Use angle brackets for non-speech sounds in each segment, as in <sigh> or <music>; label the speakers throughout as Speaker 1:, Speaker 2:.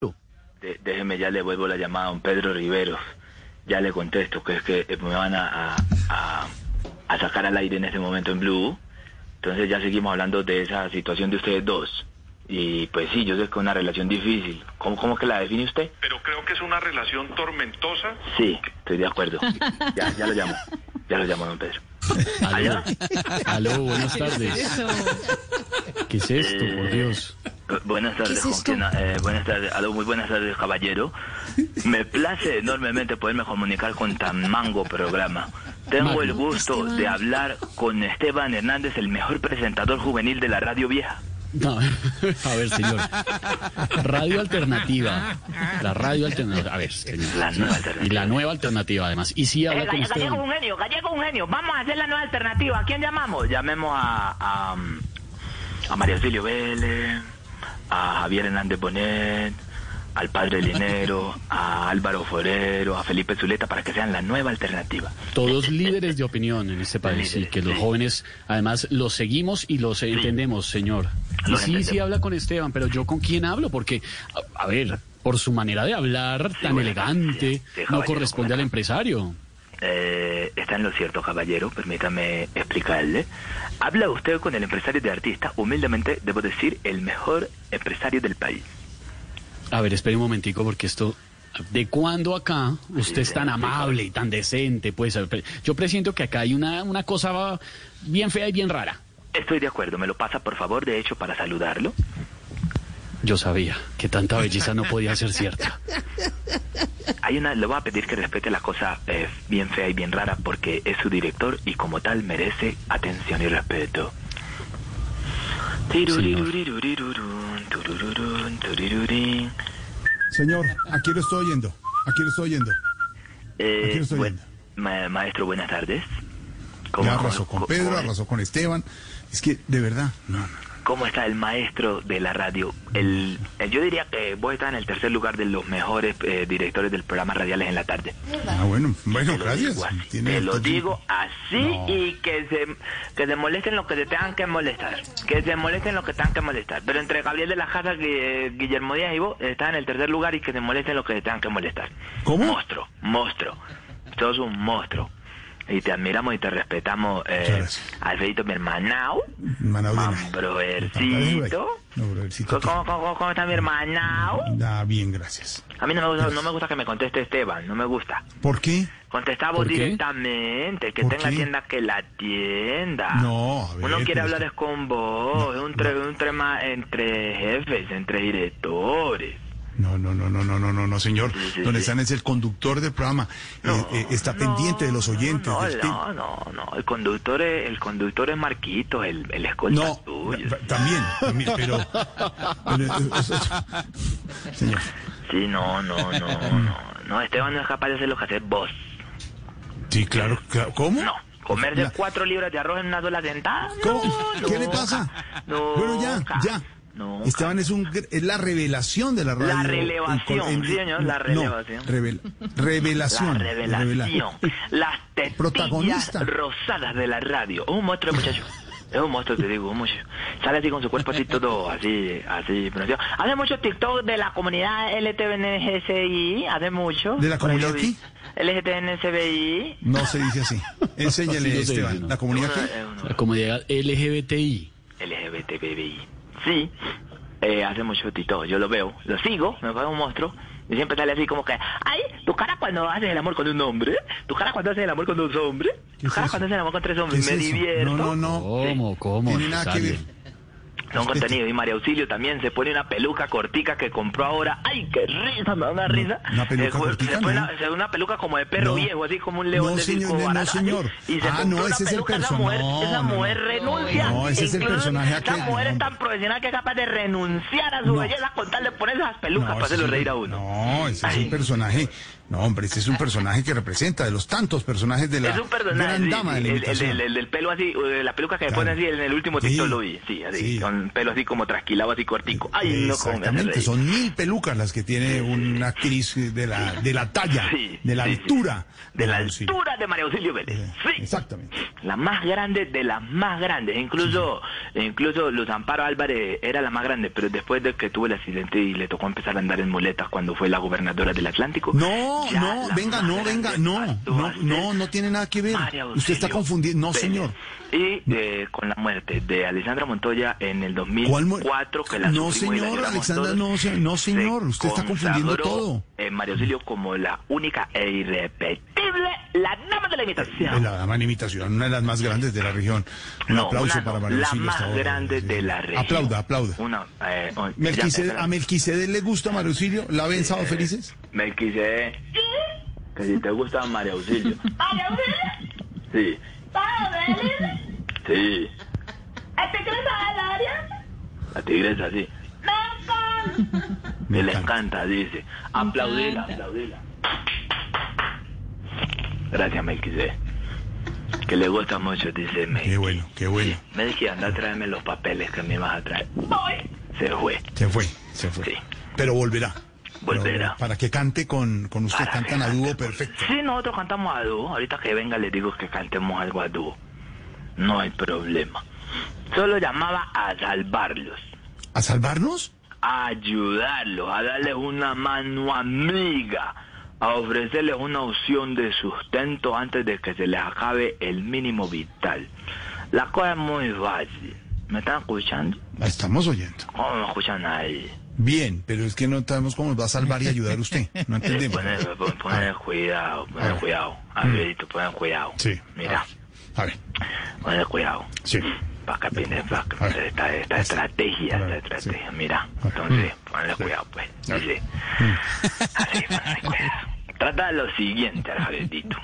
Speaker 1: De- déjeme, ya le vuelvo la llamada a don Pedro Riveros. Ya le contesto, que es que eh, me van a, a- a- a sacar al aire en este momento en Blue. Entonces ya seguimos hablando de esa situación de ustedes dos. Y pues sí, yo sé que es una relación difícil. ¿Cómo, cómo es que la define usted?
Speaker 2: pero creo que es una relación tormentosa.
Speaker 1: Sí, estoy de acuerdo. Ya, ya lo llamo. Ya lo llamo, don Pedro.
Speaker 3: Aló, aló, buenas tardes. ¿Qué es esto, por Dios?
Speaker 1: Bu- Buenas tardes, Juan Quena- eh, buenas tardes, aló, muy buenas tardes, caballero. Me place enormemente poderme comunicar con tan mango programa. Tengo el gusto de hablar con Esteban Hernández, el mejor presentador juvenil de la radio vieja.
Speaker 3: No, <laughs> a ver, señor. Radio Alternativa. La radio alternativa. A ver, señor.
Speaker 1: La nueva alternativa. Eh,
Speaker 3: Y la nueva alternativa, además. Y sí habla con usted.
Speaker 1: Gallego un genio, Gallego un genio. Vamos a hacer la nueva alternativa. ¿A quién llamamos? Llamemos a, a, a María Auxilio Vélez, a Javier Hernández Bonet, al padre Linero, a Álvaro Forero, a Felipe Zuleta para que sean la nueva alternativa.
Speaker 3: Todos líderes de opinión en este país. Y que los jóvenes, además, los seguimos y los entendemos, señor. Y
Speaker 1: Los
Speaker 3: sí, sí
Speaker 1: entendemos.
Speaker 3: habla con Esteban, pero yo con quién hablo, porque, a, a ver, por su manera de hablar tan
Speaker 1: bueno,
Speaker 3: elegante,
Speaker 1: sí, sí,
Speaker 3: no
Speaker 1: caballero,
Speaker 3: corresponde al empresario.
Speaker 1: Eh, está en lo cierto, caballero, permítame explicarle. Habla usted con el empresario de artistas, humildemente debo decir, el mejor empresario del país.
Speaker 3: A ver, espere un momentico porque esto... ¿De cuándo acá usted es tan amable y tan decente? Pues a ver, yo presiento que acá hay una, una cosa bien fea y bien rara.
Speaker 1: Estoy de acuerdo, me lo pasa por favor, de hecho, para saludarlo.
Speaker 3: Yo sabía que tanta belleza no podía ser cierta.
Speaker 1: Hay una, le voy a pedir que respete la cosa eh, bien fea y bien rara porque es su director y como tal merece atención y respeto. Tirurirurirurirurun, turururun, turirurín.
Speaker 4: Señor, aquí lo estoy oyendo. Aquí lo estoy oyendo.
Speaker 1: Eh,
Speaker 4: Aquí estoy
Speaker 1: buen-
Speaker 4: viendo.
Speaker 1: ma- maestro, buenas tardes. ¿Cómo-
Speaker 4: Ya arrasó con
Speaker 1: cómo-
Speaker 4: Pedro,
Speaker 1: cómo-
Speaker 4: arrasó con Esteban. Es que, de verdad, no, no.
Speaker 1: ¿Cómo está el maestro de la radio? El, el- yo diría que vos estás en el tercer lugar de los mejores eh, directores del programa Radiales en la tarde.
Speaker 4: Ah, bueno, bueno,
Speaker 1: Te lo
Speaker 4: gracias.
Speaker 1: digo así,
Speaker 4: Tiene
Speaker 1: Te lo
Speaker 4: todo-
Speaker 1: digo así y que se, que se molesten los que se tengan que molestar. Que se molesten los que tengan que molestar. Pero entre Gabriel de la Casa, Gui- eh, Guillermo Díaz y vos, estás en el tercer lugar y que se molesten los que se tengan que molestar.
Speaker 4: ¿Cómo?
Speaker 1: Monstruo, monstruo. Sos un monstruo. Y te admiramos y te respetamos,
Speaker 4: Muchas
Speaker 1: eh,
Speaker 4: gracias. Mm.
Speaker 1: Alfredito, mi hermanao.
Speaker 4: Manaudena.
Speaker 1: Broercito.
Speaker 4: No, broercito.
Speaker 1: ¿Cómo, cómo, cómo- cómo está mi hermanao?
Speaker 4: Ah, bien, gracias.
Speaker 1: A mí no me gusta, no me gusta que me conteste Esteban, no me gusta.
Speaker 4: ¿Por qué?
Speaker 1: Contesta vos
Speaker 3: ¿Por qué?
Speaker 1: directamente, que
Speaker 4: ¿Por
Speaker 1: tenga
Speaker 4: qué?
Speaker 1: tienda que la tienda.
Speaker 4: No, a ver,
Speaker 1: Uno quiere
Speaker 4: pero
Speaker 1: hablar
Speaker 4: es
Speaker 1: es con vos, es un, tre- un tema entre jefes, entre directores.
Speaker 4: No, no, no, no, no, no, no, no, señor.
Speaker 1: Sí, sí,
Speaker 4: Don
Speaker 1: sí.
Speaker 4: Esteban es el conductor del programa. Eh, eh, está pendiente de los oyentes.
Speaker 1: No,
Speaker 4: del tema.
Speaker 1: no, no, no, el conductor es, el conductor es Marquito, el, el escolta
Speaker 4: No,
Speaker 1: tuyo.
Speaker 4: pa- también, también,
Speaker 1: <laughs>
Speaker 4: pero... pero, eh, señor,
Speaker 1: Sí, no, no, no, no. No, Esteban no es capaz de hacer lo que haces vos.
Speaker 4: sí, claro, claro. ¿Cómo?
Speaker 1: No, comer de
Speaker 4: La-
Speaker 1: cuatro libras de arroz en una sola sentada.
Speaker 4: ¿Cómo?
Speaker 1: No,
Speaker 4: ¿Qué le
Speaker 1: nunca,
Speaker 4: pasa?
Speaker 1: nunca,
Speaker 4: Bueno, ya, ya.
Speaker 1: nunca.
Speaker 4: Esteban es, un, gr- es la revelación de la radio.
Speaker 1: La relevación,
Speaker 4: En- en-
Speaker 1: sí, señor, la
Speaker 4: no,
Speaker 1: relevación.
Speaker 4: revel- revelación.
Speaker 1: La
Speaker 4: revela-
Speaker 1: revelación. Las tetillas
Speaker 4: Protagonista.
Speaker 1: rosadas de la radio. Un monstruo, muchacho. Es un monstruo, te digo, un monstruo. Sale así con su cuerpo así todo, así, así pronunciado. Hace mucho TikTok de la comunidad LTBNGCI, hace mucho.
Speaker 4: ¿De la
Speaker 1: Por ahí lo
Speaker 4: comunidad
Speaker 1: vi. LGTBNCBI.
Speaker 4: No se
Speaker 3: <laughs>
Speaker 4: dice así. Enséñale,
Speaker 3: Así no se
Speaker 4: Esteban.
Speaker 3: dice, ¿no?
Speaker 4: ¿La comunidad qué?
Speaker 1: Eh, uno-
Speaker 3: La comunidad LGBTI.
Speaker 1: LGBTBI. Sí, eh, hace mucho TikTok, yo lo veo, lo sigo, me parece un monstruo. Y siempre sale así como que, ay, tu cara cuando haces el amor con un hombre, tu cara cuando haces el amor con dos hombres, tu
Speaker 4: es
Speaker 1: cara
Speaker 4: eso?
Speaker 1: cuando haces el amor con tres
Speaker 4: ¿Qué
Speaker 1: hombres,
Speaker 4: es
Speaker 1: me
Speaker 4: eso?
Speaker 1: divierto.
Speaker 4: No, no, no.
Speaker 3: Oh, ¿Cómo, cómo?
Speaker 4: Tiene nada que
Speaker 3: empresario?
Speaker 4: ver.
Speaker 1: Son contenidos. Y María Auxilio también se pone una peluca cortica que compró ahora. ¡Ay, qué risa! Me da una risa. Eh,
Speaker 4: una peluca
Speaker 1: se,
Speaker 4: cortica,
Speaker 1: se pone
Speaker 4: no.
Speaker 1: una, se pone una peluca como de perro
Speaker 4: No.
Speaker 1: viejo, así como un león
Speaker 4: No,
Speaker 1: de
Speaker 4: señor,
Speaker 1: circo
Speaker 4: no, no,
Speaker 1: barato, así.
Speaker 4: señor.
Speaker 1: Y se
Speaker 4: Ah,
Speaker 1: compró
Speaker 4: no,
Speaker 1: una
Speaker 4: ese es el
Speaker 1: peluca. Esa
Speaker 4: personaje.
Speaker 1: mujer, esa
Speaker 4: No, no,
Speaker 1: mujer
Speaker 4: no.
Speaker 1: renuncia.
Speaker 4: No, ese es el
Speaker 1: Incluso
Speaker 4: personaje aquel,
Speaker 1: Esa mujer es
Speaker 4: hombre.
Speaker 1: tan profesional que es capaz de renunciar a su
Speaker 4: No.
Speaker 1: belleza con tal de poner esas pelucas para
Speaker 4: ese es
Speaker 1: hacerlo
Speaker 4: un-
Speaker 1: reír a uno.
Speaker 4: No, ese es
Speaker 1: Ay.
Speaker 4: un personaje. No, hombre, ese es un personaje que representa de los tantos personajes de la
Speaker 1: es un personaje.
Speaker 4: gran
Speaker 1: sí,
Speaker 4: dama de
Speaker 1: sí,
Speaker 4: la
Speaker 1: el, el-
Speaker 4: imitación.
Speaker 1: el- el del pelo así, o de la peluca que
Speaker 4: Claro.
Speaker 1: me pone así en el último
Speaker 4: Sí.
Speaker 1: TikTok lo vi. Sí, así,
Speaker 4: Sí. Eh,
Speaker 1: con pelo así como trasquilado, así cortico. Ay, no, cómo me hace
Speaker 4: Exactamente,
Speaker 1: reír.
Speaker 4: son mil pelucas las que tiene una actriz de la, de la talla,
Speaker 1: Sí,
Speaker 4: de la
Speaker 1: sí, sí.
Speaker 4: altura.
Speaker 1: De la
Speaker 4: María Auxilio.
Speaker 1: altura de María Auxilio Vélez.
Speaker 4: Eh,
Speaker 1: Sí.
Speaker 4: Exactamente.
Speaker 1: La más grande de las más grandes. Incluso, incluso Luz Amparo Álvarez era la más grande, pero después de que tuvo el accidente y le tocó empezar a andar en muletas cuando fue la gobernadora del Atlántico.
Speaker 4: No,
Speaker 1: ya
Speaker 4: no,
Speaker 1: la
Speaker 4: venga,
Speaker 1: más
Speaker 4: no,
Speaker 1: grande
Speaker 4: venga, no,
Speaker 1: pasó a
Speaker 4: no,
Speaker 1: ser
Speaker 4: no, no tiene nada que ver.
Speaker 1: María
Speaker 4: Usted está
Speaker 1: Auxilio
Speaker 4: confundiendo. No,
Speaker 1: Vélez.
Speaker 4: señor.
Speaker 1: Y eh, con la muerte de Alessandra Montoya en el
Speaker 4: ¿Cuál mu-
Speaker 1: 2004, que la
Speaker 4: No,
Speaker 1: sufrimos y la
Speaker 4: señor,
Speaker 1: lloramos
Speaker 4: Alexandra,
Speaker 1: todos,
Speaker 4: no, se- no,
Speaker 1: se
Speaker 4: señor, usted está confundiendo
Speaker 1: consagró,
Speaker 4: todo.
Speaker 1: eh, María Auxilio como la única e irrepetible, la dama de la imitación.
Speaker 4: Es la dama en imitación, una de las más grandes de la región. Un
Speaker 1: No,
Speaker 4: aplauso
Speaker 1: una no,
Speaker 4: para María
Speaker 1: La
Speaker 4: Auxilio
Speaker 1: más
Speaker 4: hasta ahora.
Speaker 1: grande de la región.
Speaker 4: Aplauda, aplauda.
Speaker 1: Una, eh, un- ya, Eh,
Speaker 4: Melquisede-
Speaker 1: espera.
Speaker 4: ¿A Melquisede le gusta María Auxilio? ¿La ven Sábado Felices? <laughs>
Speaker 1: Melquisede, que si te gusta María Auxilio.
Speaker 5: María Auxilio,
Speaker 1: Sí,
Speaker 5: Pablo Vélez,
Speaker 1: sí,
Speaker 5: el Tigre Salaria,
Speaker 1: la tigresa, sí.
Speaker 5: me encanta.
Speaker 4: Me
Speaker 1: Me le
Speaker 4: encanta.
Speaker 1: encanta, dice. Aplaudila, aplaudila. Gracias, Melquisede. Que le gusta mucho, dice
Speaker 4: Qué
Speaker 1: Melqui.
Speaker 4: bueno, qué bueno.
Speaker 1: Melqui, anda a traerme los papeles que me vas a traer.
Speaker 5: Voy.
Speaker 1: Se fue.
Speaker 4: Se fue, se fue.
Speaker 1: Sí.
Speaker 4: Pero volverá.
Speaker 1: Volverá.
Speaker 4: Para que cante con, con usted,
Speaker 1: Para que
Speaker 4: cantan a dúo perfecto.
Speaker 1: Sí, nosotros cantamos a dúo. Ahorita que venga les digo que cantemos algo a dúo. No hay problema. Solo llamaba a salvarlos,
Speaker 4: ¿A salvarnos?
Speaker 1: a ayudarlos, a darles una mano amiga, a ofrecerles una opción de sustento antes de que se les acabe el mínimo vital. La cosa es muy fácil. ¿Me están escuchando?
Speaker 4: La estamos oyendo.
Speaker 1: ¿Cómo me escuchan ahí?
Speaker 4: Bien, pero es que no sabemos cómo nos va a salvar y ayudar usted. No entendemos.
Speaker 1: Poner, pon- poner cuidado,
Speaker 4: A
Speaker 1: poner
Speaker 4: ver.
Speaker 1: cuidado. Alfredito, poner cuidado.
Speaker 4: Sí.
Speaker 1: Mira,
Speaker 4: A ver,
Speaker 1: poner cuidado.
Speaker 4: sí.
Speaker 1: para que piensen, para que
Speaker 4: A ver.
Speaker 1: esta, esta estrategia,
Speaker 4: A
Speaker 1: esta
Speaker 4: ver,
Speaker 1: estrategia,
Speaker 4: sí.
Speaker 1: mira,
Speaker 4: A ver.
Speaker 1: entonces, ponle
Speaker 4: Sí.
Speaker 1: cuidado, pues,
Speaker 4: A ver. Mm.
Speaker 1: dice, así,
Speaker 4: <laughs>
Speaker 1: ponle cuidado. Trata lo siguiente, Alfredito,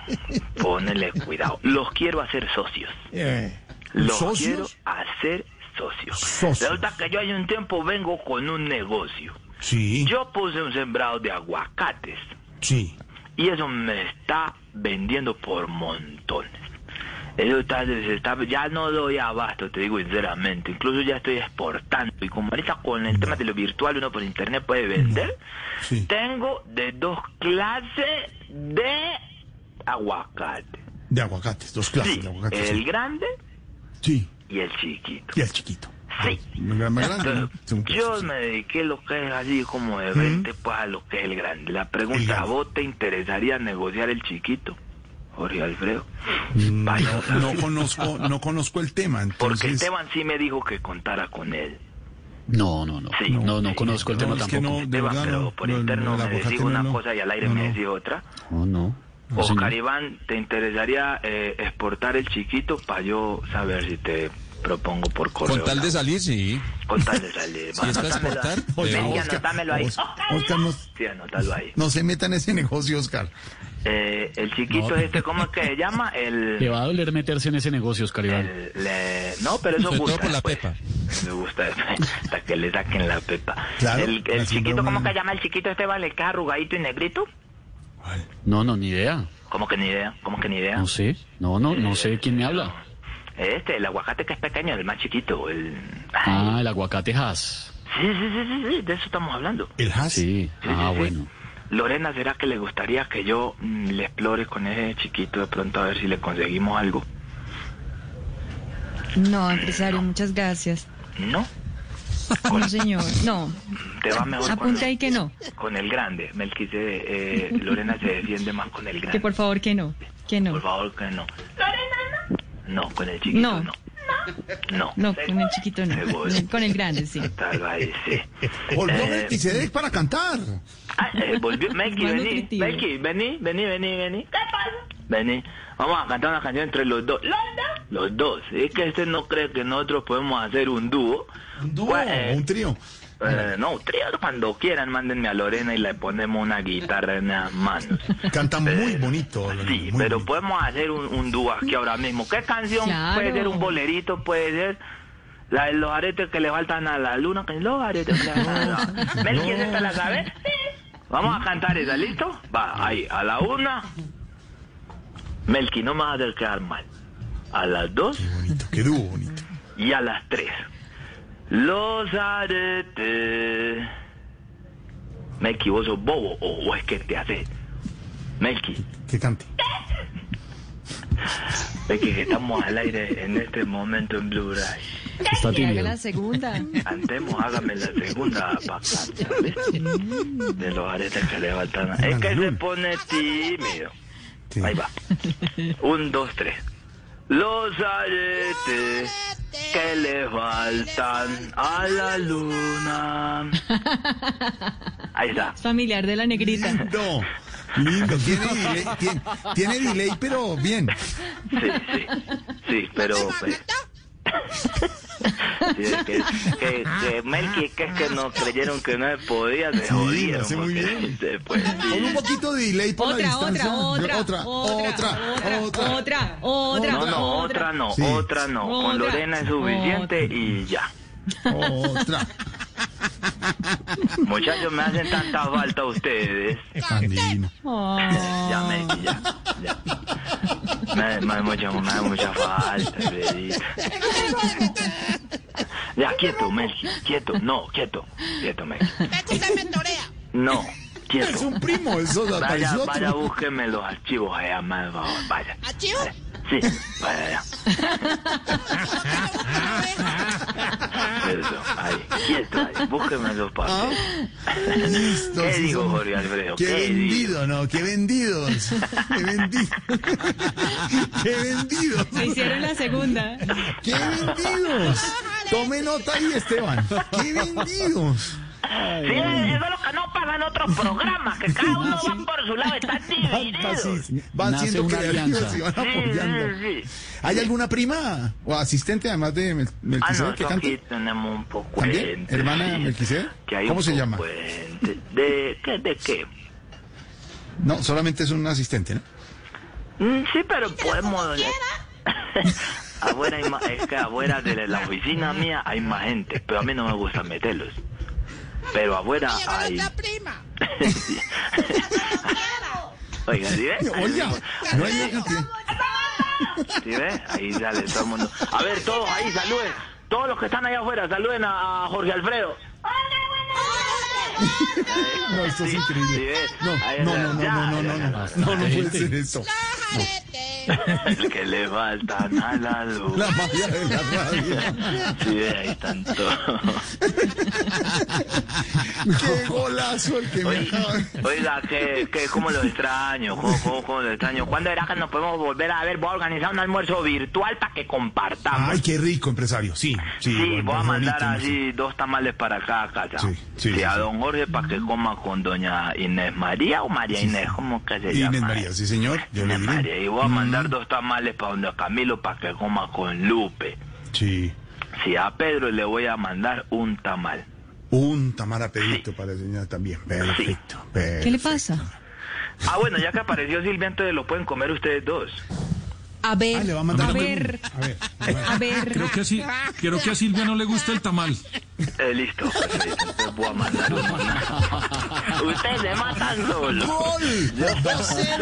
Speaker 1: ponle cuidado, los quiero hacer socios, Eh, los
Speaker 4: ¿Socios?
Speaker 1: quiero hacer socios.
Speaker 4: Socios.
Speaker 1: Resulta que yo hace un tiempo vengo con un negocio,
Speaker 4: Sí,
Speaker 1: yo puse un sembrado de aguacates,
Speaker 4: sí.
Speaker 1: y eso me está vendiendo por montones. Eso está, se está- ya no doy abasto, te digo sinceramente. Incluso ya estoy exportando. Y como ahorita con el tema de lo virtual uno por internet puede vender,
Speaker 4: Mm, Sí.
Speaker 1: tengo de dos clases de aguacate.
Speaker 4: De aguacates, dos clases
Speaker 1: Sí,
Speaker 4: de aguacates.
Speaker 1: el
Speaker 4: sí.
Speaker 1: grande
Speaker 4: Sí,
Speaker 1: y el chiquito.
Speaker 4: y el chiquito.
Speaker 1: Sí.
Speaker 4: Más gran- más grande, ¿no? Sí, un
Speaker 1: Entonces, yo
Speaker 4: sí.
Speaker 1: me dediqué lo que es así como de 20 pues a lo que es el grande. La
Speaker 4: El
Speaker 1: pregunta, ¿a
Speaker 4: grande.
Speaker 1: vos te interesaría negociar el chiquito, Jorge Alfredo? Vaya, o sea,
Speaker 4: No conozco, no conozco el tema,
Speaker 1: porque
Speaker 4: entonces...
Speaker 1: Esteban sí me dijo que contara con él.
Speaker 3: No, no, no.
Speaker 1: Sí.
Speaker 3: No, no, conozco el
Speaker 4: No,
Speaker 3: tema
Speaker 4: es que
Speaker 3: tampoco.
Speaker 4: no, de
Speaker 1: Esteban,
Speaker 4: verdad,
Speaker 1: pero
Speaker 4: no,
Speaker 1: por
Speaker 4: no, no,
Speaker 1: interno
Speaker 4: el
Speaker 1: me
Speaker 4: aguacate
Speaker 1: decía una
Speaker 4: no, no.
Speaker 1: cosa y al aire
Speaker 4: No,
Speaker 1: me
Speaker 4: no.
Speaker 1: decía otra.
Speaker 3: No, no. no,
Speaker 1: Oscar
Speaker 3: señor.
Speaker 1: Iván, ¿te interesaría eh, exportar el chiquito para yo saber si te propongo por correo?
Speaker 6: Con tal de salir, sí.
Speaker 1: Con tal de
Speaker 4: <laughs>
Speaker 1: salir.
Speaker 6: Si es para exportar,
Speaker 4: Oiga,
Speaker 1: Ven y
Speaker 4: Oscar,
Speaker 1: anótamelo ahí.
Speaker 4: Os- Oscar, no,
Speaker 1: Sí, anótalo ahí.
Speaker 4: no se meta en ese negocio, Oscar.
Speaker 1: Eh, el chiquito
Speaker 3: No.
Speaker 1: este, ¿cómo es que se llama?
Speaker 4: <laughs>
Speaker 3: Le
Speaker 1: El...
Speaker 3: va a doler meterse en ese negocio, Oscar Iván.
Speaker 1: el- le- no, pero eso
Speaker 6: <laughs> Sobre todo
Speaker 1: gusta.
Speaker 6: por la
Speaker 1: pues.
Speaker 6: pepa.
Speaker 1: Me gusta <laughs> hasta que le saquen la pepa.
Speaker 4: Claro,
Speaker 1: el
Speaker 4: la
Speaker 1: el chiquito, ¿cómo
Speaker 4: superwoman.
Speaker 1: que se llama el chiquito este? ¿Vale? ¿Que es arrugadito y negrito?
Speaker 3: No, no, ni idea.
Speaker 1: ¿Cómo que ni idea? ¿Cómo que ni idea?
Speaker 3: No sé. No, no, no sé quién me habla.
Speaker 1: Este, el aguacate que es pequeño, el más chiquito. El...
Speaker 3: Ah, el aguacate Haas.
Speaker 1: Sí, sí, sí, sí, sí, de eso estamos hablando.
Speaker 4: ¿El has?
Speaker 3: Sí.
Speaker 1: Sí,
Speaker 3: Ah,
Speaker 1: sí, sí.
Speaker 3: bueno.
Speaker 1: Lorena, ¿será que le gustaría que yo mm, le explore con ese chiquito de pronto a ver si le conseguimos algo?
Speaker 7: No, empresario, muchas gracias.
Speaker 1: No,
Speaker 7: No, señor. No,
Speaker 1: te va mejor con,
Speaker 7: apunte ahí que no.
Speaker 1: con el grande.
Speaker 7: <laughs>
Speaker 1: Melquise, eh, Lorena se defiende más con el grande.
Speaker 7: Que por favor que no. Que no.
Speaker 1: Por favor, que no.
Speaker 5: Lorena, no.
Speaker 1: No, con el chiquito no.
Speaker 7: No.
Speaker 1: No. No.
Speaker 7: No, con el chiquito no. Con el- Con el grande, sí.
Speaker 1: Tal vez, sí.
Speaker 4: <laughs> Volvió
Speaker 1: Eh, <laughs>
Speaker 4: Melquisedec para cantar.
Speaker 1: Ah, eh,
Speaker 7: <laughs>
Speaker 1: volvió. Melqui,
Speaker 7: Más
Speaker 1: vení.
Speaker 7: nutritivo.
Speaker 1: Melqui, vení, vení, vení, vení.
Speaker 5: ¿Qué pasa?
Speaker 1: Vení. Vamos a cantar una canción entre los dos.
Speaker 5: ¿Lorena?
Speaker 1: los dos. Es que este no cree que nosotros podemos hacer un dúo.
Speaker 4: Un dúo,
Speaker 1: Pues, eh,
Speaker 4: un trío.
Speaker 1: eh, no, un trío cuando quieran, mándenme a Lorena y le ponemos una guitarra en las manos.
Speaker 4: Canta <laughs> muy bonito.
Speaker 1: Sí,
Speaker 4: muy
Speaker 1: pero
Speaker 4: bonito.
Speaker 1: podemos hacer un, un dúo aquí ahora mismo. ¿Qué canción?
Speaker 7: Claro.
Speaker 1: Puede ser un bolerito, puede ser la de los aretes que le faltan a la luna. que- Los aretes que le faltan a la- Mel, ¿quién
Speaker 4: <laughs> No.
Speaker 1: esta la sabe? Vamos a cantar esa, ¿listo? Va, ahí, a la una. Melqui, no me vas a hacer quedar mal. A las dos
Speaker 4: Qué bonito, qué dúo bonito.
Speaker 1: y a las 3. Los aretes. Melqui, vos sos bobo o, o es que te haces. Melqui,
Speaker 4: Que cante.
Speaker 1: Melqui, que estamos al aire en este momento en Blue Ray.
Speaker 3: Está
Speaker 7: Que haga
Speaker 3: tímido.
Speaker 7: la segunda.
Speaker 1: Cantemos, hágame la segunda vacante, ¿ves? De los aretes que le faltan. Es que se pone tímido.
Speaker 4: Sí.
Speaker 1: Ahí va. Un, dos, tres. Los aretes que le faltan a la luna. Ahí está.
Speaker 7: Familiar de
Speaker 6: <laughs>
Speaker 7: la negrita.
Speaker 4: Lindo. Lindo. Tiene delay, tiene, tiene delay, pero bien.
Speaker 1: Sí, sí. Sí, pero. pues, sí, es que, que, que Melqui, que es que no creyeron que no se podía, se
Speaker 4: Sí, lo
Speaker 1: jodieron.
Speaker 4: hace muy
Speaker 1: porque,
Speaker 4: bien.
Speaker 1: este, pues,
Speaker 4: Con un poquito de delay por la
Speaker 7: Otra,
Speaker 4: distancia.
Speaker 7: otra, otra,
Speaker 4: Yo-
Speaker 7: otra,
Speaker 4: otra, otra, otra.
Speaker 7: otra, otra,
Speaker 1: no, no, otra no,
Speaker 4: Sí.
Speaker 1: otra no. Con
Speaker 7: Otra.
Speaker 1: Lorena es suficiente y ya.
Speaker 7: <laughs>
Speaker 4: otra.
Speaker 1: Muchachos, me hacen tanta falta ustedes.
Speaker 4: Tan divino.
Speaker 7: Oh,
Speaker 1: Ya, me, ya, ya. Me, hace- me hace mucha, me hace mucha falta, Fredita. Ya, quieto, Melqui, quieto. No, quieto. Quieto, Melqui. No, quieto.
Speaker 4: Es un primo, eso da
Speaker 1: Vaya,
Speaker 4: parece
Speaker 1: vaya,
Speaker 4: otro.
Speaker 1: búsqueme los archivos allá, por favor, vaya.
Speaker 8: <laughs>
Speaker 1: ¿Archivos? Sí, vaya allá. Eso, ahí, quieto ahí, búsqueme los papeles.
Speaker 4: Listo,
Speaker 1: ¿Qué
Speaker 4: Ah. sí,
Speaker 1: digo,
Speaker 4: son-
Speaker 1: Jorge Alfredo?
Speaker 4: Qué
Speaker 1: ¿Qué
Speaker 4: vendido, no,
Speaker 1: <laughs>
Speaker 4: qué vendidos. Qué
Speaker 7: <laughs>
Speaker 4: vendido. Qué vendidos.
Speaker 7: se hicieron la segunda.
Speaker 4: ¡Qué vendidos! Tome nota ahí, Esteban. ¡Qué vendidos!
Speaker 1: Sí, eso es lo que no pasa en otros programas, que cada uno va por su lado, están divididos. Sí,
Speaker 4: Énfasis. Van
Speaker 3: Nace
Speaker 4: siendo
Speaker 3: una <laughs>
Speaker 4: creativos
Speaker 3: alianza.
Speaker 4: y van apoyando.
Speaker 1: sí, sí.
Speaker 4: ¿Hay alguna prima o asistente además de Mel-
Speaker 1: Ah, no,
Speaker 4: Melquisedec que
Speaker 1: aquí
Speaker 4: cante?
Speaker 1: tenemos un poco
Speaker 4: ¿También? ¿Hermana Melquisedec? ¿Cómo se llama?
Speaker 1: ¿De qué? ¿De qué?
Speaker 4: No, solamente es un
Speaker 1: <laughs>
Speaker 4: asistente, ¿no?
Speaker 1: Mm, Sí, pero podemos. <laughs> afuera hay ma- es que afuera de la oficina mía hay más gente, pero a mí no me gusta meterlos. Pero afuera hay. Oiga, ¿sí ves?
Speaker 4: <laughs> Oiga, no hay nadie que-
Speaker 1: ¿Sí ves? Ahí sale todo el mundo. A ver, todos ahí, saluden. Todos los que están allá afuera, saluden a a Jorge Alfredo. <laughs>
Speaker 4: No, esto es
Speaker 1: Sí, sí
Speaker 4: increíble.
Speaker 1: ves.
Speaker 4: No,
Speaker 1: Ahí
Speaker 4: no,
Speaker 1: está.
Speaker 4: no, no,
Speaker 1: Ya,
Speaker 4: no, no, no,
Speaker 1: ya,
Speaker 4: no,
Speaker 1: ya,
Speaker 4: no, no puede ser esto.
Speaker 1: Que le faltan a la luz.
Speaker 4: La magia de la radio.
Speaker 1: <laughs> Sí, ves, ahí están todos.
Speaker 4: Qué golazo el que me acaba de-
Speaker 1: <laughs> Oiga, que, que como lo extraño, como, como, como lo extraño. ¿Cuándo era que nos podemos volver a ver? Voy a organizar un almuerzo virtual para que compartamos.
Speaker 4: Ay, qué rico, empresario. Sí,
Speaker 1: sí,
Speaker 4: sí.
Speaker 1: voy a
Speaker 4: bonito,
Speaker 1: mandar
Speaker 4: bonito.
Speaker 1: así dos tamales para cada casa.
Speaker 4: Sí, sí,
Speaker 1: Y a
Speaker 4: sí, sí.
Speaker 1: don Jorge para que coma con doña Inés María o María Inés, ¿cómo que se llama?
Speaker 4: Inés María, sí, señor. Yo le
Speaker 1: Inés María.
Speaker 4: diré. Mm.
Speaker 1: Y voy a mandar dos tamales para don Camilo para que coma con Lupe.
Speaker 4: Mm, Sí.
Speaker 1: Sí, a Pedro le voy a mandar un tamal.
Speaker 4: Un tamara pedito para la señora también. Perfecto. perfecto.
Speaker 7: ¿Qué le pasa?
Speaker 1: Ah, bueno, ya que apareció Silvia, entonces lo pueden comer ustedes dos.
Speaker 7: A
Speaker 4: Ah,
Speaker 7: ver,
Speaker 4: le va a mandar
Speaker 7: a
Speaker 4: un-
Speaker 7: ver,
Speaker 4: A ver.
Speaker 1: <laughs>
Speaker 4: bueno.
Speaker 8: <laughs>
Speaker 7: a ver.
Speaker 6: Creo que, así, creo que a Silvia no le gusta el tamal.
Speaker 1: Eh, listo, <laughs> perfecto. Entonces voy a mandar <laughs> uno. Ustedes se matan solo.
Speaker 4: ¡Gol! ¡2-0!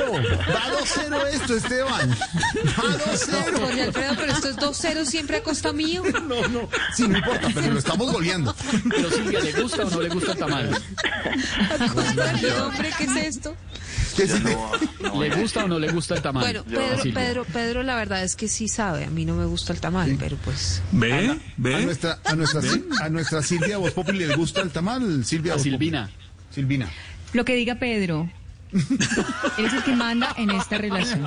Speaker 4: ¡Va 2-0 esto, Esteban! ¡Va 2-0!
Speaker 8: Jorge Alfredo, pero esto es 2-0 siempre a costa mío.
Speaker 4: No, no, sí, no importa, pero lo estamos goleando.
Speaker 3: Pero Silvia, ¿le gusta o no le gusta el tamal?
Speaker 8: Hombre, ¿qué es esto?
Speaker 4: Que si te-
Speaker 1: No, no,
Speaker 3: ¿Le gusta o no le gusta el tamal?
Speaker 8: Bueno,
Speaker 3: Yo-
Speaker 8: Pedro,
Speaker 3: Silvia.
Speaker 8: Pedro, Pedro, la verdad es que sí sabe. A mí no me gusta el tamal, pero pues.
Speaker 6: ¿Ve?
Speaker 4: A
Speaker 6: ¿Ve?
Speaker 4: nuestra, a nuestra, Sil- a nuestra Silvia Voz Populi le gusta el tamal, Silvia.
Speaker 3: A
Speaker 4: Voz Populi.
Speaker 3: Silvina.
Speaker 4: Silvina.
Speaker 7: Lo que diga Pedro. Eres el que manda en esta relación.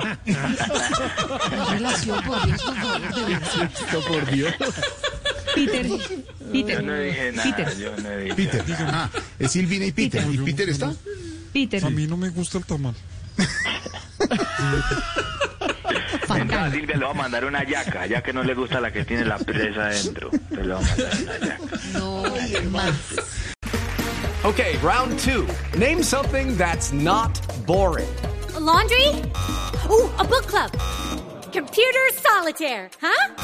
Speaker 8: Relación, por Dios, por favor, de verdad.
Speaker 3: Esto por Dios.
Speaker 7: Peter,
Speaker 1: yo
Speaker 7: Peter,
Speaker 1: no dije nada.
Speaker 7: Peter,
Speaker 1: Yo no dije
Speaker 4: Peter. Ah, es Silvina y Peter. ¿Y
Speaker 6: Peter.
Speaker 4: Peter está?
Speaker 7: Peter.
Speaker 6: no me gusta el tamal.
Speaker 1: Entonces a
Speaker 9: Fatal.
Speaker 1: Silvia le va a mandar una yaca, ya que no le gusta la que tiene la presa adentro. Entonces le va a mandar una yaca.
Speaker 10: No, hermano.
Speaker 3: Okay, round two. Name something that's not boring.
Speaker 5: laundry? Ooh, a book club. Computer solitaire, huh?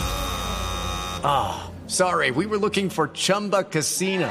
Speaker 3: Ah, sorry, we were looking for Chumba Casino.